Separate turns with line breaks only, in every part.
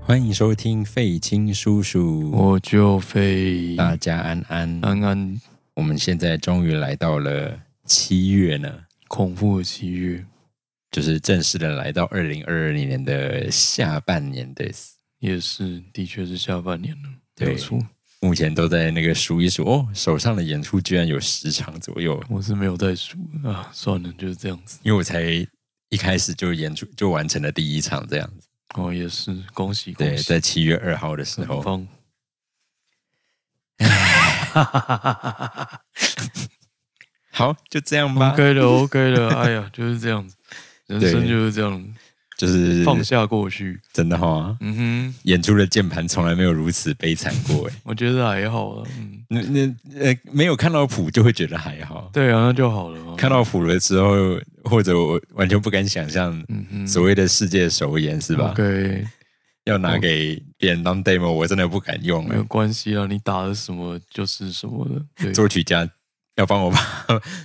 欢迎收听费青叔叔，
我就飞
大家安安。
安安
我们现在终于来到了七月呢，
恐怖的七月，
就是正式的来到二零二二年的下半年的。
也是的确是下半年了，
对
没有错。
目前都在那个数一数哦，手上的演出居然有十场左右，
我是没有在数啊，算了，就是这样子。
因为我才一开始就演出就完成了第一场这样子。
哦，也哦是，哦恭喜恭
对，
喜，
在七月二号的时
很
候，
棒。
好，就这样吧。
OK 的，OK 的， 哎呀，就是这样子，人
对
生就是这样，
就是
放下过去。
真的哈、
嗯哼，
演出的键盘从来没有如此悲惨过哎。
我觉得还好啊。嗯，
那那呃，没有看到谱就会觉得还好，
对啊，那就好了嘛。
看到谱的时候，或者我完全不敢想象
嗯哼，
所谓的世界首演是吧？
？OK，
要拿给别人当 demo，我真的不敢用
没有关系啊，你打的什么就是什么的，对，
作曲家要帮我把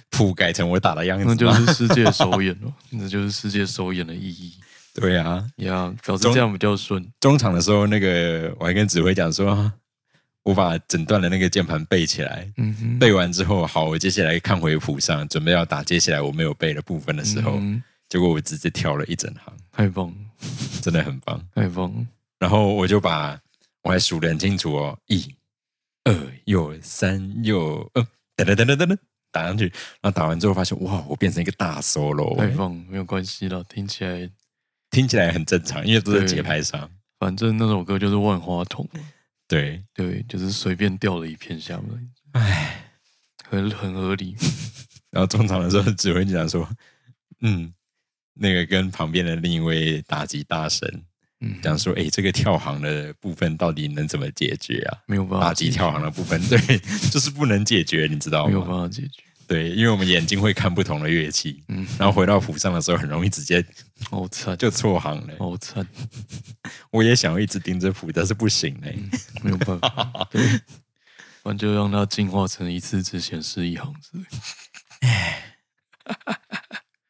谱改成我打的样
那
子
就
吗？
是世界首演了， 那就是世界首演的意义
对啊，
呀。表示
中
这样比较顺，
中场的时候，那个我还跟指挥讲说，啊我把整段的那个键盘背起来。
嗯哼，
背完之后，好，我接下来看回谱上，准备要打接下来我没有背的部分的时候，
嗯
结果我直接跳了一整行，
太棒了，
真的很棒。
太棒了，
然后我就把我还数得很清楚哦，一、二
哎
又三又呃，等等等等等等，打上去，然后打完之后发现哇，我变成一个大 solo，欸
太棒了，没有关系了，听起来
听起来很正常，因为都是
对
节拍上，
反正那首歌就是万花筒，
嗯对，
对，就是随便掉了一片下来，
唉，
很很合理，
然后中场的时候指挥讲说，嗯，那个跟旁边的另一位打击大神
嗯，
讲说，哎，这个跳行的部分到底能怎么解决啊？
没有办
打
法
击
解决，哎
跳行的部分，对， 就是不能解决，你知道
没有
吗
办？法解决，
对，因为我们眼睛会看不同的乐器，
嗯，
然后回到谱上的时候，很容易直接
好惨，
就错行了。
好惨，
我也想要一直盯着谱，但是不行欸嘞。
没有办 法，对，反正就让它进化成一次只显示一行字，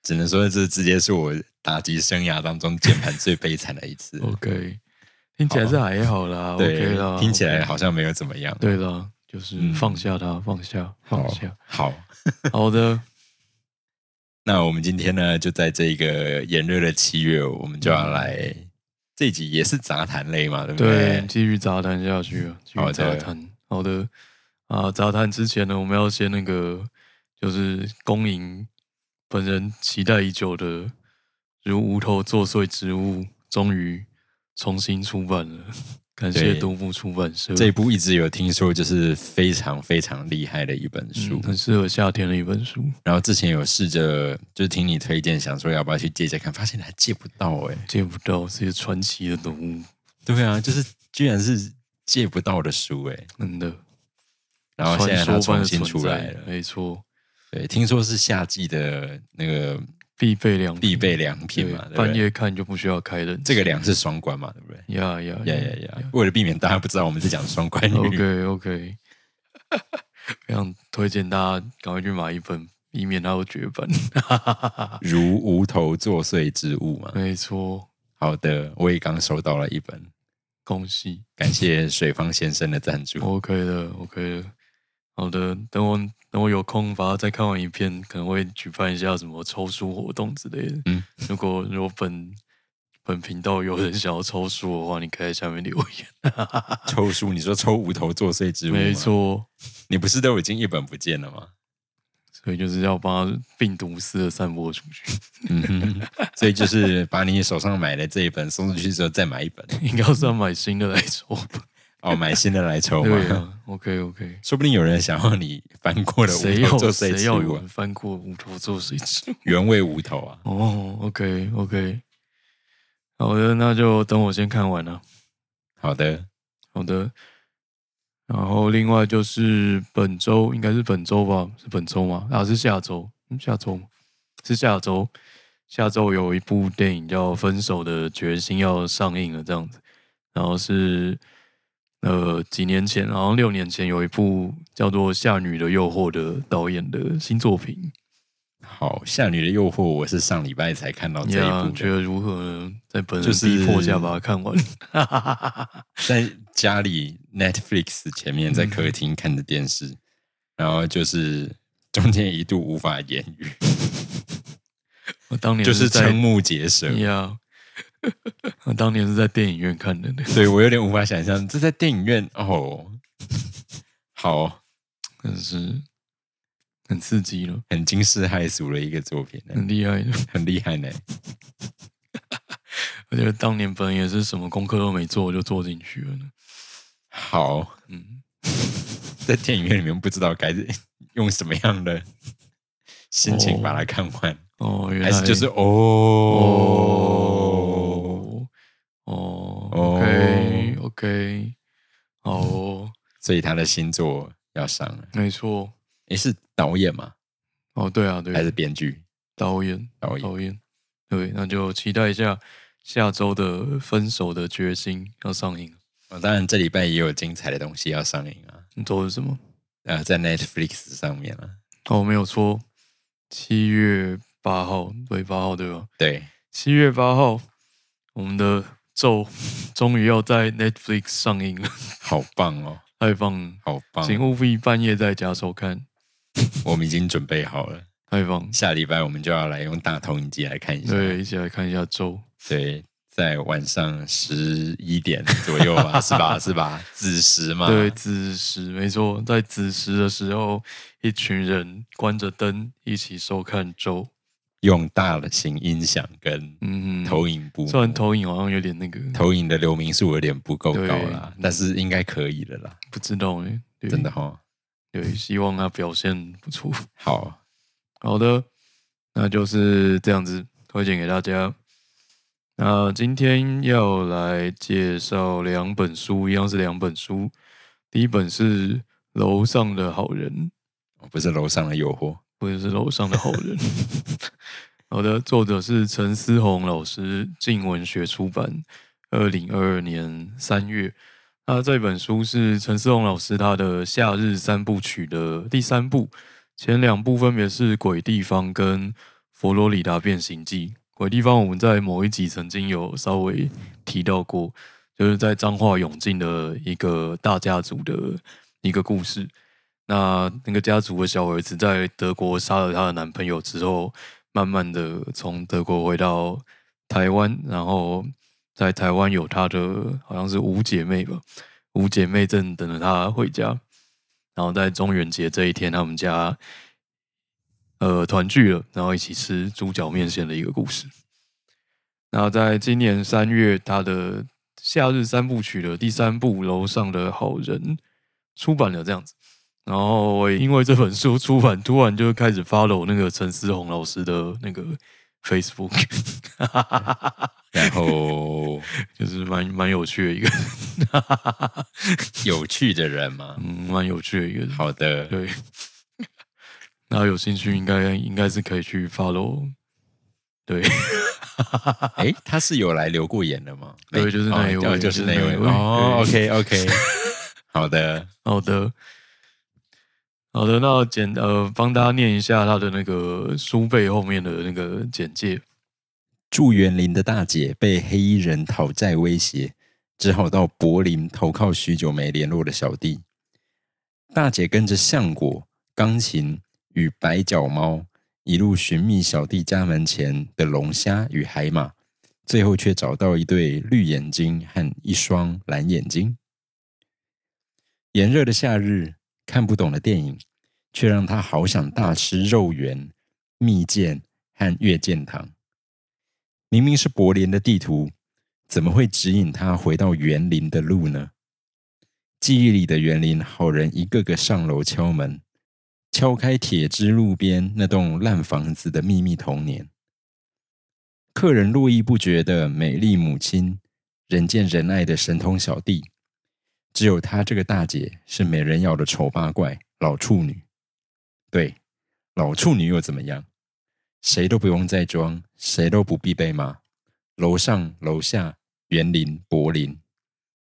只能说这直接是我打击生涯当中键盘最悲惨的一次。
OK，听起来是还好啦，OK
对
啦，
听起来
OK
好像没有怎么样。
对啦，就是
嗯
放下它，放下，放
好
下。
好，
好的，
那我们今天呢，就在这个炎热的七月，我们就
嗯
要来这集也是杂谈类嘛，对不
对
对，？
继续杂谈下去啊，继
好
续
的
杂谈。好的，啊，杂谈之前呢，我们要先那个，就是恭迎本人期待已久的，如无头作祟之物，终于重新出版了， 感谢
对
东部出版社。
这部一直有听说，就是非常非常厉害的一本书。
嗯很适合夏天的一本书，
然后之前有试着就是听你推荐，想说要不要去借借看，发现还借不到哎、
借不到这些传奇的动物，
对啊，就是居然是借不到的书哎、
真的。
然后现在它
传说
重
般的
新出
存在
来了，
没错，
对，听说是夏季的那个
必备良品
必备良品嘛，对不
半
对？
夜看就不需要开冷气。
这个良是双关嘛，对不对？
呀呀
呀呀呀！为了避免大家不知道我们在讲双关语，
！OK OK，非常推荐大家赶快去买一本，以免它有绝版。
如无头作祟之物嘛。
没错，
好的，我也刚收到了一本，
恭喜
感谢水方先生的赞助。
，OK 的 OK 的。好的，等我等我有空把它再看完一遍，可能会举办一下什么抽书活动之类的。
嗯，
如果如果本本频道有人想要抽书的话，你可以在下面留言。
抽书，你说抽无头作祟之物，
没，错，
你不是都已经一本不见了吗？
所以就是要把它病毒似的散播出去，
嗯哼，所以就是把你手上买的这一本送出去之后再买一本，
应该是要买新的来抽吧。
哦，买新的来抽
对
嘛。
啊，OK OK，
说不定有人想要你翻过的
谁
无头
要
做谁
谁
吃
要有
物啊
人，翻过无头做 谁吃？
原味无头啊。
哦，OK OK，好的，那就等我先看完了。
好的，
好的，然后另外就是本周，应该是本周吧？是本周吗？啊，是下周，嗯，下周吗是下周，下周有一部电影叫《分手的决心》要上映了，这样子。然后是呃几年前，好像六年前有一部叫做《夏女的诱惑》的导演的新作品，
好，《夏女的诱惑》我是上礼拜才看到这一
呀
部
觉
的，
得如何呢？在本人
就是
逼迫下把它看完。
在家里 Netflix 前面在客厅看着电
嗯
视，然后就是中间一度无法言语，
我当年
就是瞠
在
目结舌。
呀，我当年是在电影院看的呢，
对我有点无法想象，这在电影院哦，好，
但是很刺激了，
很惊世骇俗的一个作品，
很厉害的。
很厉害呢。
我觉得当年本人也是什么功课都没做就做进去了呢。
好，
嗯，
在电影院里面不知道该用什么样的心情把它看完，
哦，原
还
来
是就是哦，
哦哦，OK OK，好哦，
所以他的新作要上了。
没错，
你是导演吗？
哦，对啊，对啊，哦
还是编剧？
导演，
导演
导演，对，那就期待一下下周的《分手的决心》要上映了。
哦，当然这礼拜也有精彩的东西要上映啊，
你周是什么？
呃，在 Netflix 上面啊。
哦，没有错，七月八号，对，八号对吧？
对，
七月八号，我们的《咒》 终于要在 Netflix 上映了，
好棒哦，
太棒了！
好棒！哦
请务必半夜在家收看，
我们已经准备好了，
太棒！
下礼拜我们就要来用大投影机来看一下。
对，一起来看一下《咒》。
对，在晚上十一点左右吧，是吧？是吧？子时嘛，
对，子时没错，在子时的时候，一群人关着灯一起收看《咒》。
用大的型音响跟
嗯，
投影布幕，
虽然投影好像有点那个，
投影的流明数有点不够高啦
对，
但是应该可以了啦，
不知道哎、对
真的哈。
对，希望他表现不错。
好，
好的，那就是这样子推荐给大家。那今天要来介绍两本书，一样是两本书。第一本是《楼上的好人》，
不是楼上的诱惑，
或者是楼上的好人。好的，作者是陈思宏老师，静文学出版，二零二二年三月。那这本书是陈思宏老师他的《夏日三部曲》的第三部，前两部分别是《鬼地方》跟《佛罗里达变形记》。《鬼地方》我们在某一集曾经有稍微提到过，就是在彰化永靖的一个大家族的一个故事。那那个家族的小儿子在德国杀了她的男朋友之后，慢慢的从德国回到台湾，然后在台湾有她的好像是五姐妹吧，五姐妹正等着她回家。然后在中元节这一天，他们家呃团聚了，然后一起吃猪脚面线的一个故事。那在今年三月，他的《夏日三部曲》的第三部《楼上的好人》出版了这样子。然后我也因为这本书出版，突然就开始 follow 那个陈思宏老师的那个 Facebook，
然后
就是蛮蛮有趣的一个，
有趣的人嘛，
嗯，蛮有趣的一个人。
好的，
对，然后有兴趣应该应该是可以去 follow。对，
哎，他是有来留过言的吗？
对
没
就是那一
哦
位
哦就是那一位
就是那一位
哦
对
，OK OK，好的，
好的，好的，那简呃帮大家念一下他的那个书背后面的那个简介。
祝园林的大姐被黑衣人讨债威胁，只好到柏林投靠许久没联络的小弟。大姐跟着相果、钢琴与白脚猫一路寻觅小弟家门前的龙虾与海马，最后却找到一对绿眼睛和一双蓝眼睛。炎热的夏日，看不懂的电影，却让他好想大吃肉圆、蜜饯和月见糖。明明是柏林的地图，怎么会指引他回到园林的路呢？记忆里的园林，好人一个个上楼敲门，敲开铁枝路边那栋烂房子的秘密童年。客人络绎不绝的美丽母亲，人见人爱的神通小弟，只有她这个大姐是没人要的丑八怪老处女。对，老处女又怎么样？谁都不用再装，谁都不必被骂。楼上楼下，园林柏林，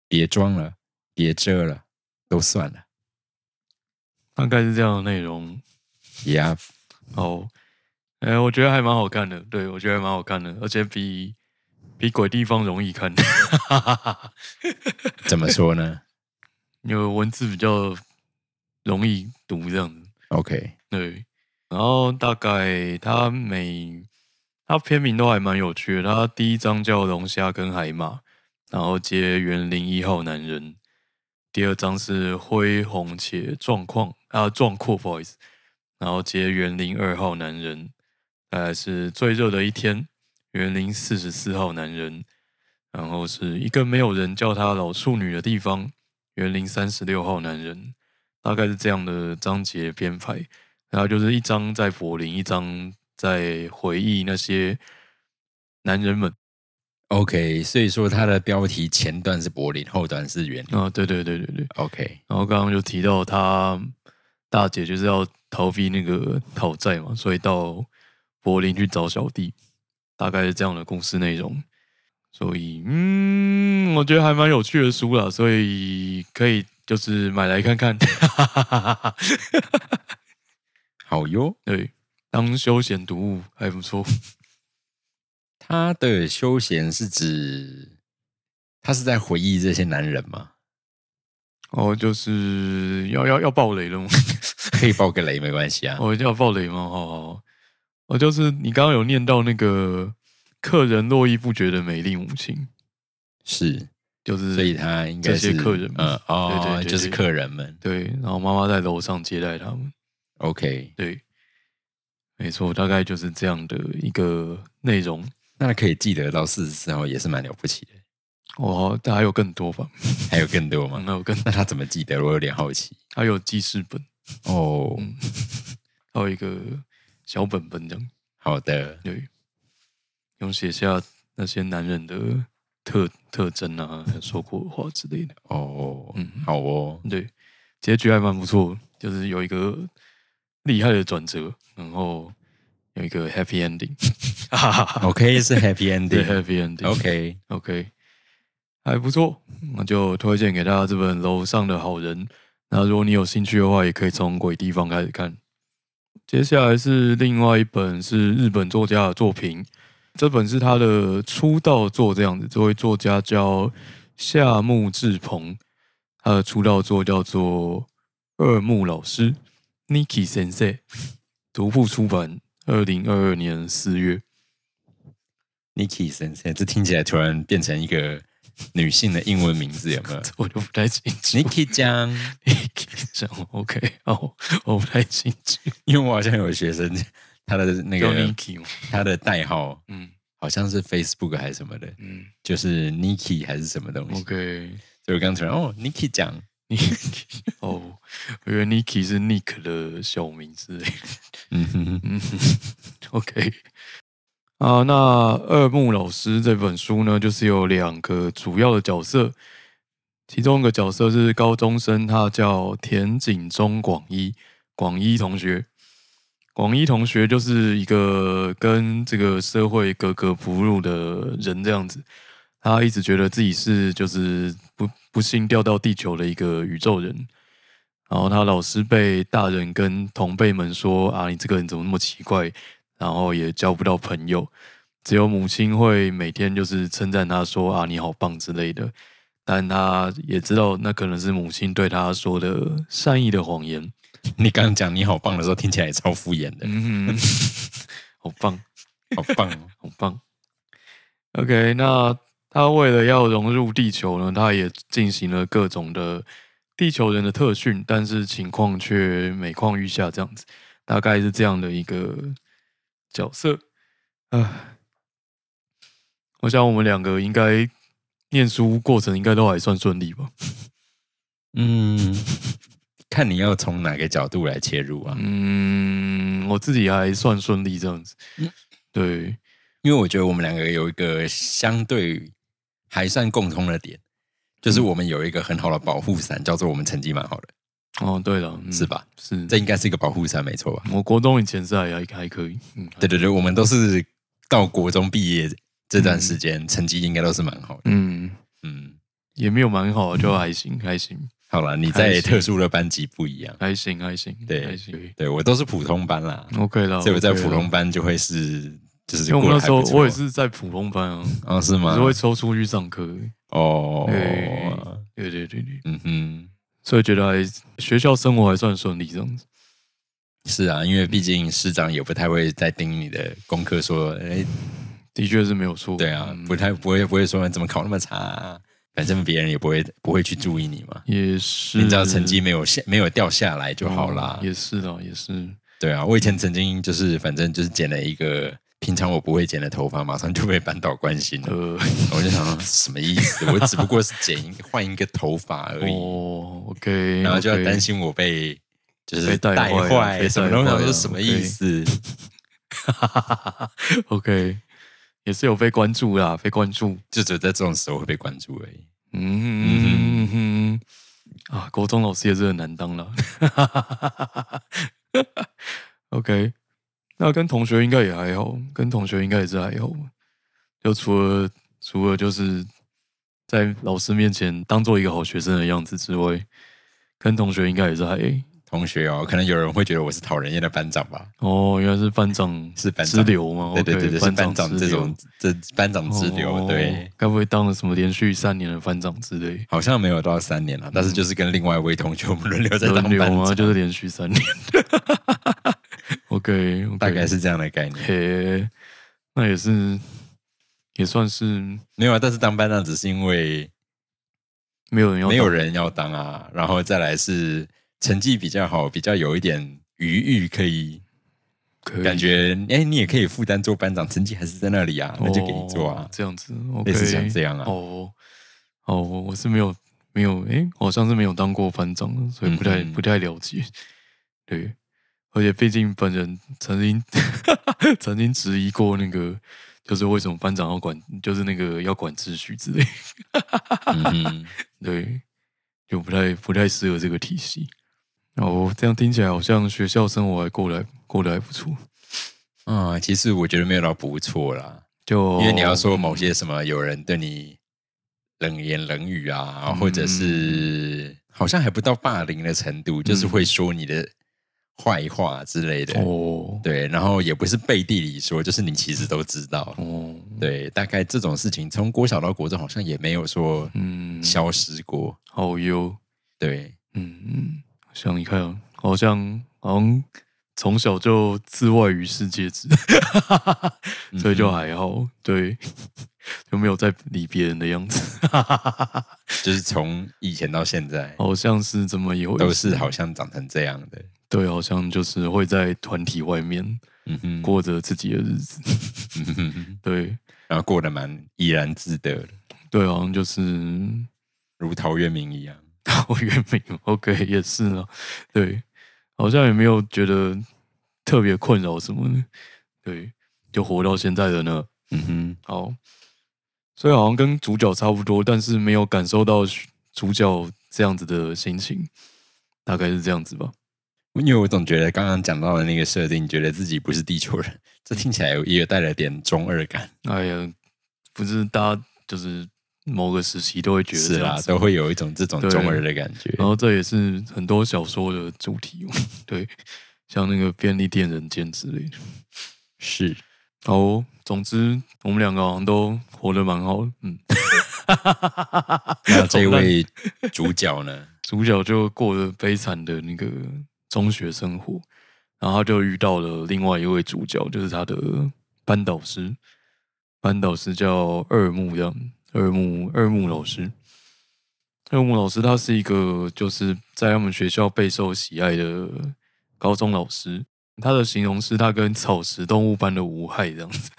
别装了，别遮了，都算了。
大概是这样的内容。
呀、
好，哎、我觉得还蛮好看的，对我觉得还蛮好看的，而且比比鬼地方容易看，
怎么说呢
因为文字比较容易读这样子。
？OK，
对，然后大概它每它片名都还蛮有趣的。它第一章叫《龙虾跟海马》，然后接园林一号男人。第二章是恢宏且状况啊壮阔，不好意思，然后接园林二号男人，再来是最热的一天，园林四十四号男人，然后是一个没有人叫他老处女的地方，园林三十六号男人，大概是这样的章节编排。然后就是一张在柏林，一张在回忆那些男人们。
OK，所以说它的标题前段是柏林，后段是园林。
啊，对对对对对。
OK，
然后刚刚就提到她大姐就是要逃避那个 讨债嘛，所以到柏林去找小弟，大概是这样的故事内容。所以，嗯，我觉得还蛮有趣的书啦，所以可以就是买来看看。
好哟。
对，当休闲读物还不错。
他的休闲是指他是在回忆这些男人 吗？
哦，就是要要要爆雷了吗？
可以爆个雷没关系啊。
我一定要爆雷吗？好好好，我就是你刚刚有念到那个客人络绎不绝的美丽母亲，
是，
就是
所以他应该是
这些客人们
呃，哦，
对对对对
就是客人们。
对，然后妈妈在楼上接待他们，
OK，
对，没错，大概就是这样的一个内容。
那可以记得到四十四号也是蛮了不起的。
哦，但还有更多吧？
还有更多吗？
还有更，
那他怎么记得？我有点好奇。
还有记事本，
哦，
嗯，还有一个小本本这样，
好的，
对，有写下那些男人的特特征啊，说过的话之类的。
哦，
嗯
好哦，
对，结局还蛮不错，就是有一个厉害的转折，然后有一个 happy ending，哈 哈哈，
，OK 是 Happy
对
Ending。
happy ending，OK、
OK，
OK，还不错，那就推荐给大家这本《楼上的好人》。那如果你有兴趣的话，也可以从鬼地方开始看。接下来是另外一本是日本作家的作品，这本是他的出道作，这样子。这位作家叫夏目志鹏，他的出道作叫做《二木老师》（Niki Sensei），独步出版，二零二二年四月。
Niki 先生，这听起来突然变成一个女性的英文名字，有没 有
我就不太清楚。
？Niki 江，
这样 OK 哦，我不太清楚。啊
因为我好像有学生，他的那
叫
个
Niki 吗？
他的代号
嗯
好像是 Facebook 还是什么的，
嗯
就是 Niki 还是什么东西。
，OK
所以我刚突然哦，Niki 江，
Niki 哦，我以为 Niki 是 Nick 的小名之类的。
嗯哼哼，
嗯 ，OK。啊，那二木老师这本书呢，就是有两个主要的角色，其中一个角色是高中生，他叫田井中广一，广一同学。广一同学就是一个跟这个社会格格不入的人这样子，他一直觉得自己是就是不不幸掉到地球的一个宇宙人，然后他老师被大人跟同辈们说啊，你这个人怎么那么奇怪，然后也交不到朋友，只有母亲会每天就是称赞他说啊，你好棒之类的，但他也知道那可能是母亲对他说的善意的谎言。
你刚刚讲你好棒的时候，听起来也超敷衍的，
嗯， 好棒。
好棒哦。
很棒。OK，那他为了要融入地球呢，他也进行了各种的地球人的特训，但是情况却每况愈下，这样子，大概是这样的一个角色。啊，我想我们两个应该念书过程应该都还算顺利吧？
嗯， 看你要从哪个角度来切入啊？
嗯，我自己还算顺利这样子。
嗯
对，
因为我觉得我们两个有一个相对还算共通的点，
嗯
就是我们有一个很好的保护伞，叫做我们成绩蛮好的，
哦，对了，嗯
是？吧？
是，
这应该是一个保护伞，没错吧？
我国中以前是还还还可以，嗯，
对对对，我们都是到国中毕业这段时间，成绩应该都是蛮好的。
嗯，
嗯，
也没有蛮好，就还行，还行。
好了，你
还
在
行
特殊的班级不一样，
还行还行，
对
还行
对我都是普通班啦，
，OK 了。
所以我在
哦 OK 啦
普通，班就会是就是
因为我
过
们
得
那
还
时候
不错
我也是在普通班啊，
啊，是
只
吗
是？会抽出去上课。
哦，
对对对对对，
嗯哼，
所以觉得还学校生活还算顺利这样子。
是啊，因为毕竟师长也不太会再盯你的功课，说，哎，
的确是没有错。
对啊
嗯，
不太不会不会说你怎么考那么差啊，反正别人也不会不会去注意你嘛，
也是。
你只要成绩没有下没有掉下来就好啦
嗯。也是的，也是。
对啊，我以前曾经就是反正就是剪了一个平常我不会剪的头发，马上就被班导关心了。
呃，
我就想说什么意 思？我只不过是剪一换一个头发而已，
哦，OK，
然后就要
OK
担心我被就是
被带
带
坏啊被带
什么东西，
坏
我
啊
说什么意思？
OK，也是有被关注啦，被关注。
就只有在这种时候会被关注而已。
嗯哼嗯哼，啊，国中老师也是很难当了。OK，那跟同学应该也还好，跟同学应该也是还好吧，就除了除了就是在老师面前当做一个好学生的样子之外，跟同学应该也是还
同学哦，可能有人会觉得我是讨人厌的班长吧？
哦，原来是班长
是班
之
长
流吗？
对对
OK，
对对，是班
长
长
之
这
流
种这班长之流，对
哦，该不会当了什么连续三年的班长之类？
好像没有到三年了，但是就是跟另外一位同学我们轮流在当
嗯轮流
班
吗？
长，
就是连续三 年。OK，, o k
大概是这样的概念。
嘿，那也是也算是
没有啊，但是当班长只是因为
没有人要
没有
当
人要当啊，然后再来是成绩比较好，比较有一点余裕可以。
可以
感觉哎，你也可以负担做班长，成绩还是在那里啊，那就给你做
哦
啊。
这样子
类
，OK，
似像这样啊
哦哦，我是没有没有，诶、我好像是没有当过班长的，所以不太、
嗯哼
不太了解。对，而且毕竟本人曾经 曾经质疑过那个，就是为什么班长要管，就是那个要管秩序之类。哦
嗯哼，
对，就不太不太适合这个体系。哦，这样听起来好像学校生活还过得还过得还不错。
啊，其实我觉得没有到不错啦，
就
因为你要说某些什么有人对你冷言冷语啊，或者是
嗯
好像还不到霸凌的程度，就是会说你的坏话之类的。
哦
对，然后也不是背地里说，就是你其实都知道。
哦，
对，大概这种事情从国小到国中好像也没有说
嗯，
消失过。
好哟。
对，
嗯嗯，想你看啊，好像好像从小就自外于世 界之，所
嗯
以就还好，对， 就没有在理别人的样子，
就是从以前到现在，
好像哦是这么一回
都
事
是好像长成这样的。
对，好像就是会在团体外面
嗯哼，
过着自己的日子，
嗯哼
对
然后过得蛮怡然自得的，
对，好像就是
如陶渊明一样。
陶渊明，OK 也是啊，对，好像也没有觉得特别困扰什么的，对，就活到现在了呢。
嗯哼。
好，所以好像跟主角差不多，但是没有感受到主角这样子的心情，大概是这样子吧。
因为我总觉得刚刚讲到的那个设定，觉得自己不是地球人，这听起来也有带了点中二感，
哎呀，不是大家就是某个时期都会觉得
是
这样
啦，
子，
都会有一种这种
对嗯
中二的感觉。
然后这也是很多小说的主题哦， 对，像那个便利店人间之类的。
是，
好哦，总之我们两个好像都活得蛮好的，嗯。
那这
好烂
位主角呢？
主角就过着悲惨的那个中学生活，然后他就遇到了另外一位主角，就是他的班导师，班导师叫二木这样，二木二木老师。二木老师他是一个就是在他们学校备受喜爱的高中老师，他的形容是他跟草食动物般的无害这样子。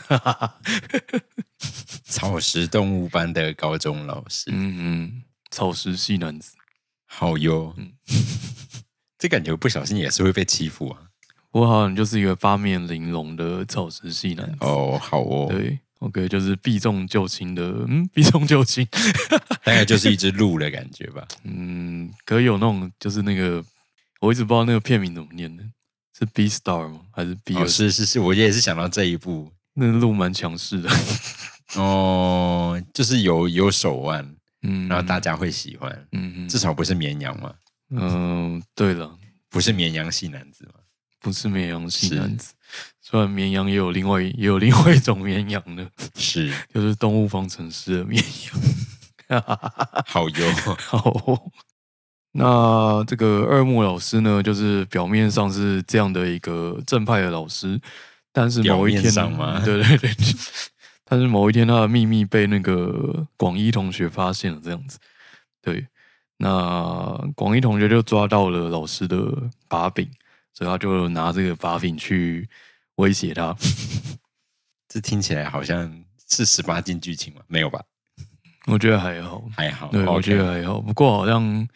草食动物般的高中老师，
嗯嗯，草食系男子。
好哟
嗯。
这感觉不小心也是会被欺负啊！
我好像就是一个八面玲珑的草食系男子。
哦，好哦，
对，OK，就是避重就轻的， 嗯，避重就轻，
大概就是一只鹿的感觉吧。
嗯，可以有那种就是那个，我一直不知道那个片名怎么念的，是 B Star 吗？还是 B？、
哦，是是是，我也是想到这一步
那路蛮强势的，
哦，就是有有手腕，
嗯，
然后大，家会喜欢，
嗯嗯
至少不是绵羊嘛，
嗯、对了，
不是绵羊系男子嘛，
不是绵羊系
是
男子，虽然绵羊也有另外也有另外一种绵羊的，
是
就是动物方程式的绵羊。
好哟，
好，那这个二木老师呢，就是表面上是这样的一个正派的老师，但是某一天，
表面上吗
对对 对，但是某一天他的秘密被那个广一同学发现了，这样子，对，那广一同学就抓到了老师的把柄，所以他就拿这个把柄去威胁他。
这听起来好像是十八禁剧情嘛？没有吧？
我觉得还好，
还好，
对，我
OK
觉得还好。不过好像，因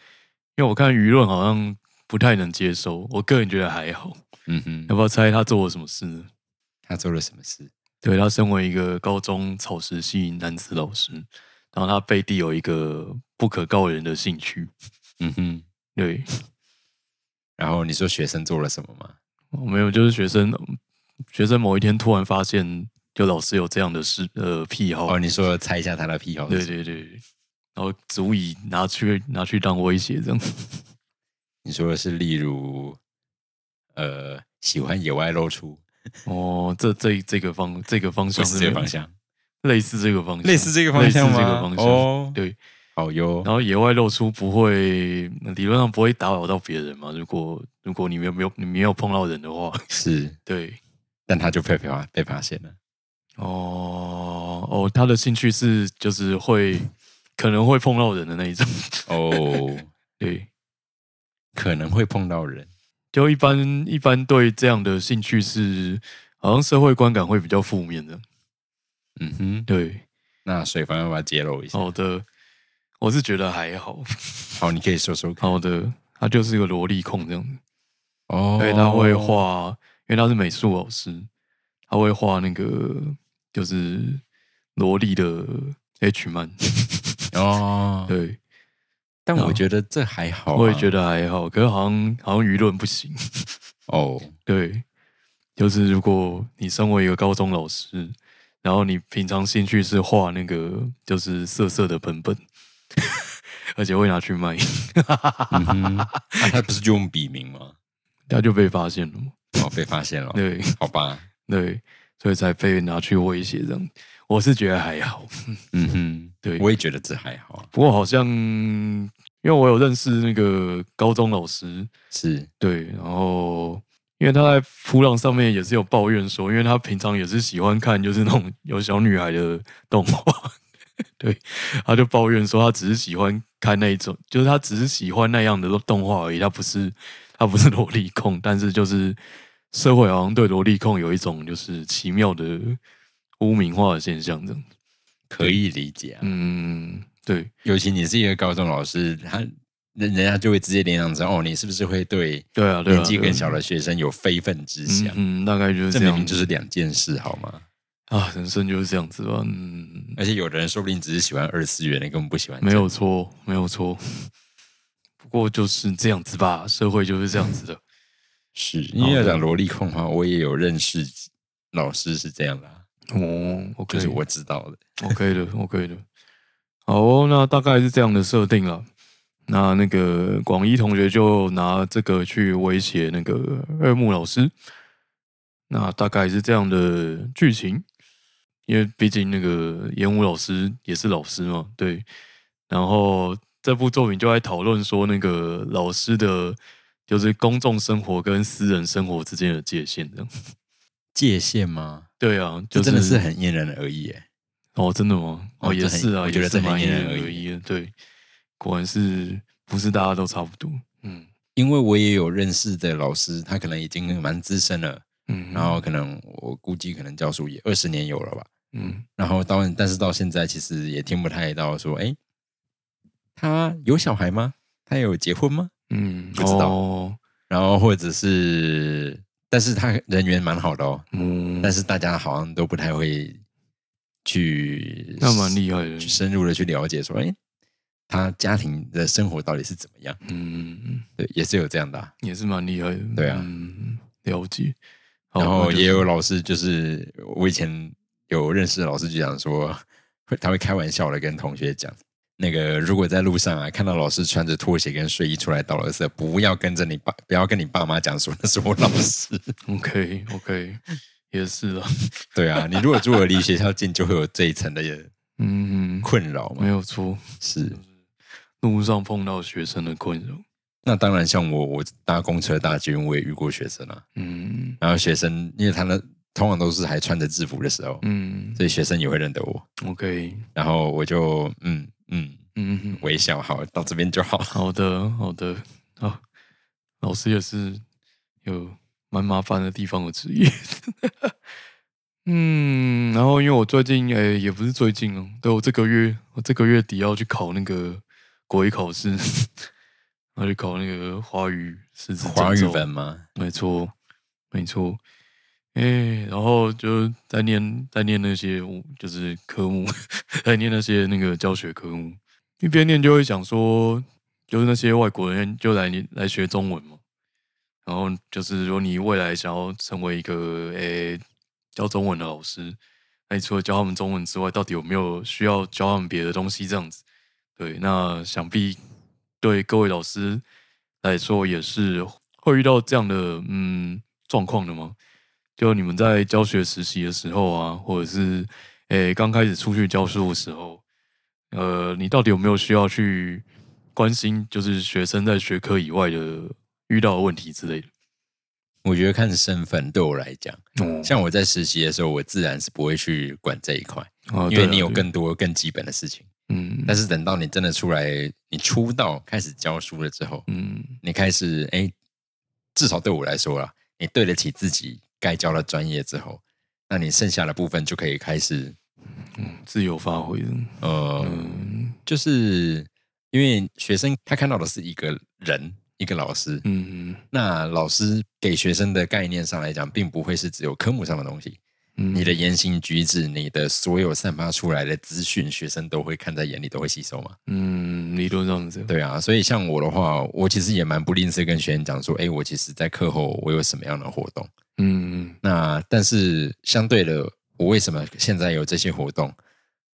为我看舆论好像不太能接受，我个人觉得还好。
嗯哼
要，不要猜他做了什么事呢？
他做了什么事？
对他身为一个高中草食系男子老师，然后他背地有一个不可告人的兴趣。
嗯哼，
对，
然后你说学生做了什么吗？
我没有，就是学生，学生某一天突然发现，就老师有这样的事呃癖好。
哦，你说猜一下他的癖好是
对
什么？
对对，然后足以拿去拿去当威胁这 样。
你说的是例如，呃，喜欢野外露出，
哦，这这这个方这个方
不
向
是
是
这个
没有
方向，
类似这个方向，
类似这个方向
类
吗？
似这个方向。
哦，，
对，
好哟
然，后野外露出不会，理论上不会打扰到别人嘛。如果如果你没有没有你没有碰到人的话，
是，
对，
但他就被被发被发现了。
哦哦，他的兴趣是就是会可能会碰到人的那一种，
哦，
对，
可能会碰到人，
就一般一般对这样的兴趣是好像社会观感会比较负面的，
嗯哼，
对，
那水方要不要揭露一下？
好的，我是觉得还好，
好，你可以说说看。
好的，他就是个萝莉控这样子。
哦
对，他会，画，因为他是美术老师，他会画那个就是萝莉的 H 漫。
哦，
对，嗯
但我觉得这还好啊、
我也觉得还好，可是好像好像舆论不行。
哦，
对，就是如果你身为一个高中老师，然后你平常兴趣是画那个就是色色的本 本，而且会拿去卖，
嗯哼，啊他不是就用笔名吗？
他就被发现了嘛。
哦，被发现了，
对
好吧，
对，所以才被拿去威胁这样。我是觉得还好。
嗯哼，
对
我也觉得这还好啊，
不过好像因为我有认识那个高中老师，
是
对，然后因为他在扑浪上面也是有抱怨说，因为他平常也是喜欢看就是那种有小女孩的动画， 对，他就抱怨说他只是喜欢看那一种，就是他只是喜欢那样的动画而已，他不是他不是萝莉控，但是就是社会好像对萝莉控有一种就是奇妙的污名化的现象，这样，
可以理解啊。
嗯，对。
尤其你是一个高中老师，他人人家就会直接联想成哦，你是不是会对
对啊，对啊，
年纪
对啊
更小的学生有非分之想？
嗯，嗯大概就是
这
这
明
样，
明就是两件事，好吗？
啊，人生就是这样子吧，嗯，
而且有的人说不定只是喜欢二次元的，根本不喜欢这
没有错，没有错。 不过就是这样子吧，社会就是这样子的。
是因为要讲萝莉控的话，我也有认识老师是这样的、啊，
哦
就
，OK，
是我知道的。
OK 的，OK 的。好哦，那大概是这样的设定了。那那个广一同学就拿这个去威胁那个二木老师。那大概是这样的剧情，因为毕竟那个演武老师也是老师嘛，对。然后这部作品就在讨论说，那个老师的就是公众生活跟私人生活之间的界限，这样。
界限吗？
对啊，
这
就
真的是很因人而异耶。
哦，真的吗？
哦
哦，也
这很
是啊，
我觉得
也
这
是
很
蛮
因
因
人
人
而
而
异
异的。对，果然是不是大家都差不多？嗯
因为我也有认识的老师，他可能已经蛮资深了，
嗯，
然后可能我估计可能教书也二十年有了吧。
嗯
然后到但是到现在其实也听不太到说，哎，他有小孩吗？他有结婚吗？
嗯，
不知道
哦
然后或者是，但是他人缘蛮好的哦，
嗯，
但是大家好像都不太会去
那蛮厉害的
去。深入的去了解说，哎，他家庭的生活到底是怎么样？
嗯，
对，也是有这样的啊、
也是蛮厉害的。
对啊
嗯，了解。好
然后
哦那就
也有老师，就是我以前有认识的老师，就讲说，会他会开玩笑的跟同学讲，那个如果在路上啊看到老师穿着拖鞋跟睡衣出来倒垃圾，不要跟着你爸，不要跟你爸妈讲说那是我老师。
OK OK，也是啊，
对啊，你如果住的离学校近，就会有这一层的
嗯，
困扰嘛
没。有错，
是，
路上碰到学生的困扰，
那当然，像我，我搭公车、搭捷运，我也遇过学生啊。
嗯
然后学生，因为他们通常都是还穿着制服的时候，
嗯
所以学生也会认得我。
，OK，
然后我就嗯嗯
嗯嗯，
微笑，好，到这边就 好。
好的好的，好，老师也是有蛮麻烦的地方的职业， 嗯，然后因为我最近诶、也不是最近哦，对我这个月我这个月底要去考那个国语考试， 要去考那个华语师资
华语
证照
文吗？
没错，没错。哎、然后就在念在念那些就是科目， 在念那些那个教学科目，一边念就会想说，就是那些外国人就来你来学中文嘛。然后就是说，你未来想要成为一个诶、教中文的老师，那你除了教他们中文之外，到底有没有需要教他们别的东西？这样子，对，那想必对各位老师来说也是会遇到这样的嗯状况的吗？就你们在教学实习的时候啊，或者是诶刚开始出去教书的时候，呃，你到底有没有需要去关心，就是学生在学科以外的遇到的问题之类的？
我觉得看身份，对我来讲，
哦
像我在实习的时候，我自然是不会去管这一块，哦
啊
因
对
为
啊
你有
对
更多更基本的事情。
嗯
但是等到你真的出来，你出道开始教书了之后，
嗯
你开始哎，至少对我来说啦，你对得起自己该教的专业之后，那你剩下的部分就可以开始
嗯自由发挥的，
呃，
嗯
就是因为学生他看到的是一个人，一个老师，
嗯
那老师给学生的概念上来讲，并不会是只有科目上的东西，
嗯，
你的言行举止，你的所有散发出来的资讯，学生都会看在眼里，都会吸收嘛。
嗯理论上是这样，
对啊，所以像我的话，我其实也蛮不吝啬跟学员讲说，哎，我其实在课后我有什么样的活动。
嗯
那但是相对的，我为什么现在有这些活动？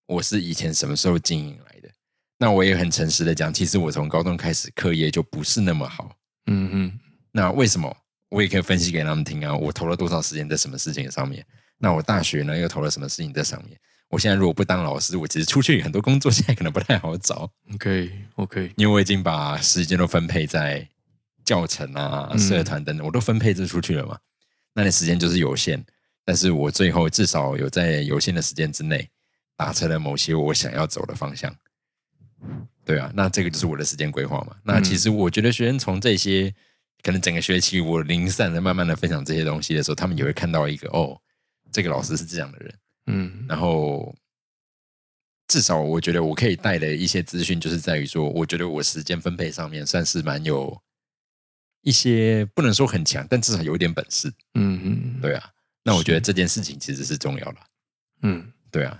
我是以前什么时候经营来的？那我也很诚实的讲，其实我从高中开始课业就不是那么好。
嗯嗯
那为什么？我也可以分析给他们听啊，我投了多少时间在什么事情上面？那我大学呢又投了什么事情在上面？我现在如果不当老师，我其实出去很多工作现在可能不太好找，
，OK OK，
因为我已经把时间都分配在教程啊、
嗯
社团等等，我都分配这出去了嘛。那你时间就是有限，但是我最后至少有在有限的时间之内达成了某些我想要走的方向。对啊，那这个就是我的时间规划嘛。那其实我觉得学生从这些可能整个学期我零散的慢慢的分享这些东西的时候，他们也会看到一个哦，这个老师是这样的人。
嗯
然后至少我觉得我可以带的一些资讯，就是在于说，我觉得我时间分配上面算是蛮有一些不能说很强，但至少有一点本事，
嗯嗯，
对啊。那我觉得
是
这件事情其实是重要的，
嗯
对啊。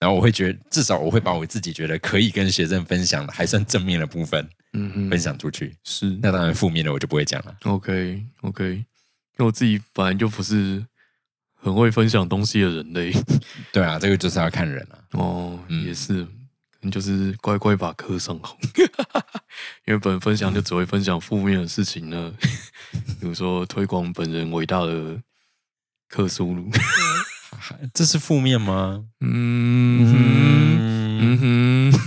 然后我会觉得，至少我会把我自己觉得可以跟学生分享的，还算正面的部分
嗯嗯
分享出去。
是
那当然，负面的我就不会讲了。
OK OK，因为我自己本来就不是很会分享东西的人类
对啊，这个就是要看人啊。
哦，
嗯
也是，可能就是乖乖把课上好，因为本人分享就只会分享负面的事情呢，比如说推广本人伟大的克苏鲁，
啊这是负面吗？
嗯哼
嗯，
嗯哼，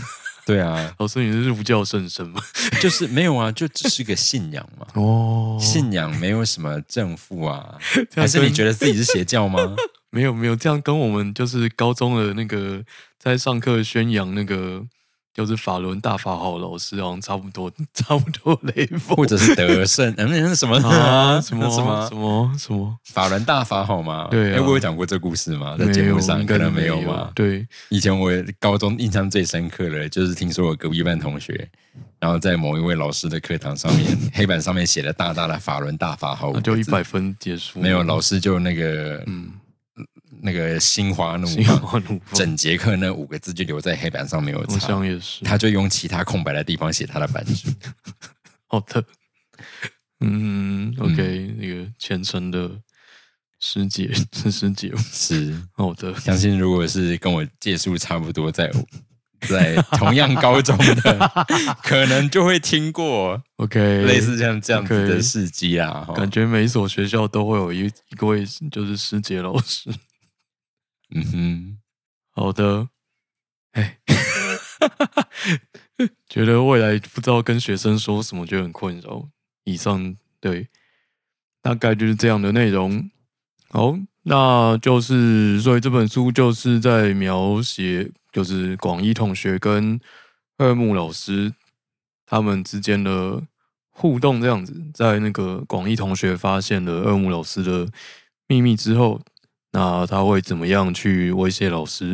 对啊，
老师你是儒教圣僧吗？
就是没有啊，就只是个信仰嘛。
哦
信仰没有什么正负 啊，
这样
还是你
跟
觉得自己是邪教 吗？
没有没有，这样跟我们就是高中的那个在上课宣扬那个就是法轮大法好老师，好像差不多 差不多 level，
或者是得胜？嗯，那是什么
啊什
什
么
么
什么什么什么，
法轮大法好吗？
对啊
哎我有讲过这故事吗？在
没
节目
有
上
应
可
该
能
没
有吧。
对，
以前我高中印象最深刻的，就是听说我隔壁班同学，然后在某一位老师的课堂上 面，黑板上面写了大大的“法轮大法好”，
那啊就一百分结束。
没有，老师就那个
嗯，
那个心花怒
新
放，
华路，
整节课那五个字就留在黑板上没有
我
擦。
想也是，
他就用其他空白的地方写他的版主。
好的，嗯，OK，那个虔诚的师姐 是师姐，
是，
好的，
相信如果是跟我届数差不多在在同样高中 的，可能就会听过
OK，
类似像这样子的
OK
事迹啊。哈
感觉每一所学校都会有一一位就是师姐老师。
嗯哼，
好的，哎， 觉得未来不知道跟学生说什么，就很困扰。以上对，大概就是这样的内容。好，那就是所以这本书就是在描写，就是广义同学跟二木老师他们之间的互动这样子。在那个广义同学发现了二木老师的秘密之后，那他会怎么样去威胁老师？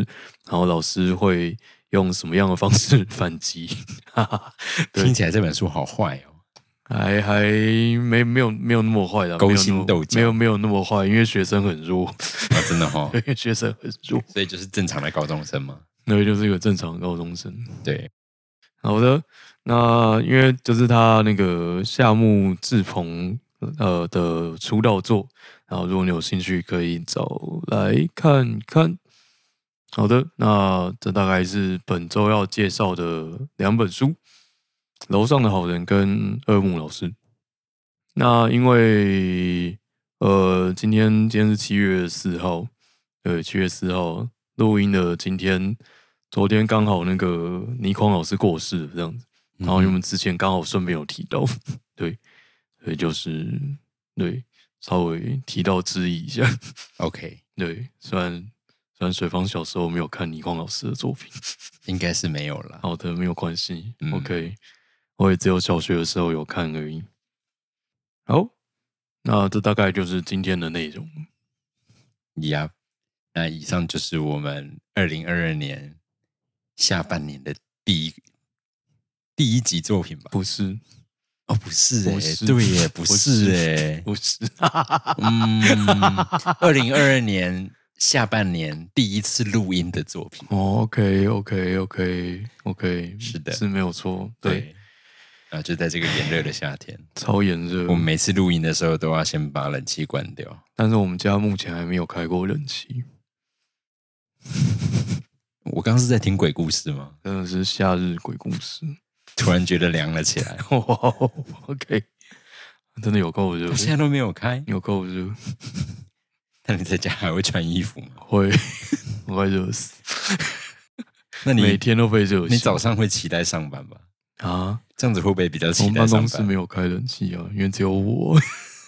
然后老师会用什么样的 方式反击？ 哈哈，对
听起来这本书好坏哦。
还还没没有没有那么坏啦，
勾
没有
心
那么
斗角
没有没有那么坏，因为学生很弱，
啊，真的哈、哦，
因为学生很弱，
所以就是正常的高中生嘛。
那就是一个正常的高中生。
对，
好的，那因为就是他那个夏目志鹏呃的出道作，然后如果你有兴趣，可以找来看看。好的，那这大概是本周要介绍的两本书，《楼上的好人》跟《二木老师》。那因为呃，今天今天是七月四号，对，七月四号录音的今天，昨天刚好那个倪匡老师过世了这样子，然后因为我们之前刚好顺便有提到， 对，所以就是对稍微提到质疑一下，
OK，
对，虽然虽然水方小时候没有看倪匡老师的作品，
应该是没有了。
好的，没有关系、
嗯
o k 我也只有小学的时候有看而已。好，那这大概就是今天的内容。
呀、那以上就是我们二零二二年下半年的第一第一集作品吧？
不是，
哦，不是哎、
不是
对耶，不
不
是
是
哎、
不是，啊
嗯，二零二二年下半年第一次录音的作品，
哦，OK，OK，OK，OK，、
是的
是没有错，对，
对。啊，就在这个炎热的夏天，
超炎热
我。们每次录音的时候都要先把冷气关掉。
但是我们家目前还没有开过冷气，
我刚刚是在听鬼故事吗？
真的是夏日鬼故 事。
突然觉得凉了起 来。
哇，OK，真的有够热
我，哦现在都没有开，
有够热，
那你在家还会穿衣服吗？
会， 我快热死，
那
每
你
天都被热醒。
你早上会期待上班吧？
啊？
这样子会不会比较
我
期
们
待
办
上
公室
班？
没有开冷气啊，因为只有我，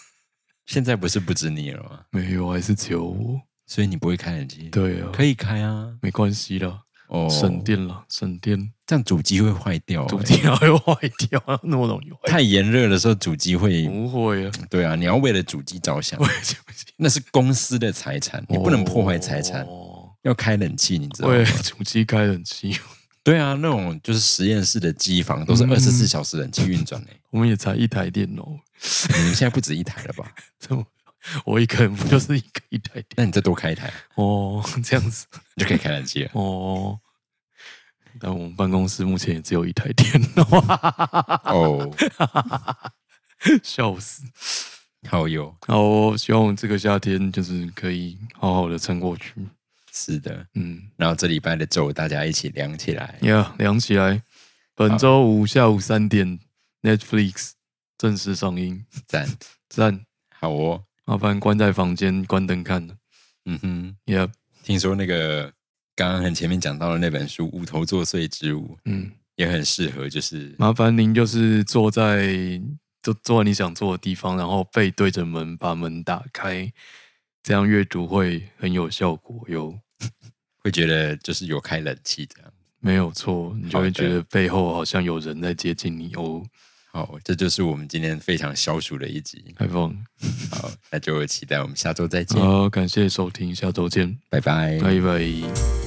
现在不是不止你了吗？
没有，还是只有我。
所以你不会开冷气？，
对啊，
可以开啊。
没关系啦，
哦，
省，电啦，省电，
这样主机会坏掉、欸。
主机还会坏掉，那么容易坏？
太炎热的时候，主机会、
不会啊，
对啊，你要为了主机着想
为，什么？
那是公司的财产，你不能破坏财产。
哦
要开冷气，你知道吗
为？了主机开冷气，
对啊，那种就是实验室的机房都是
嗯
二十四小时冷气运转诶。
我们也才一台电脑，
你们现在不止一台了 吧？
怎么？我一个人不就是一个一台电
那你再多开一台，
哦，这样子
你就可以开冷气 了。
哦。但我们办公室目前也只有一台电脑，
哦，
笑死！
好友，
好、哦，希望这个夏天就是可以好好的撑过去。
是的。
嗯，
然后这礼拜的周大家一起量起来。
呀、yeah,，量起来，本周五下午三点，Netflix 正式上映，
赞，
赞！
好哦。
麻烦关在房间关灯看。
嗯哼，
Yeah，
听说那个刚刚很前面讲到的那本书《无头作祟之舞》
嗯，
也很适合，就是
麻烦您就是坐在就坐在你想坐的地方，然后背对着门，把门打开，这样阅读会很有效果哟。
会觉得就是有开冷气这样。
没有错，你就
好的
会觉得背后好像有人在接近你哦。
好，这就是我们今天非常消暑的一集。
太棒了！
好，那就期待我们下周再见，嗯
好，感谢收听，下周见，
拜拜。
拜拜。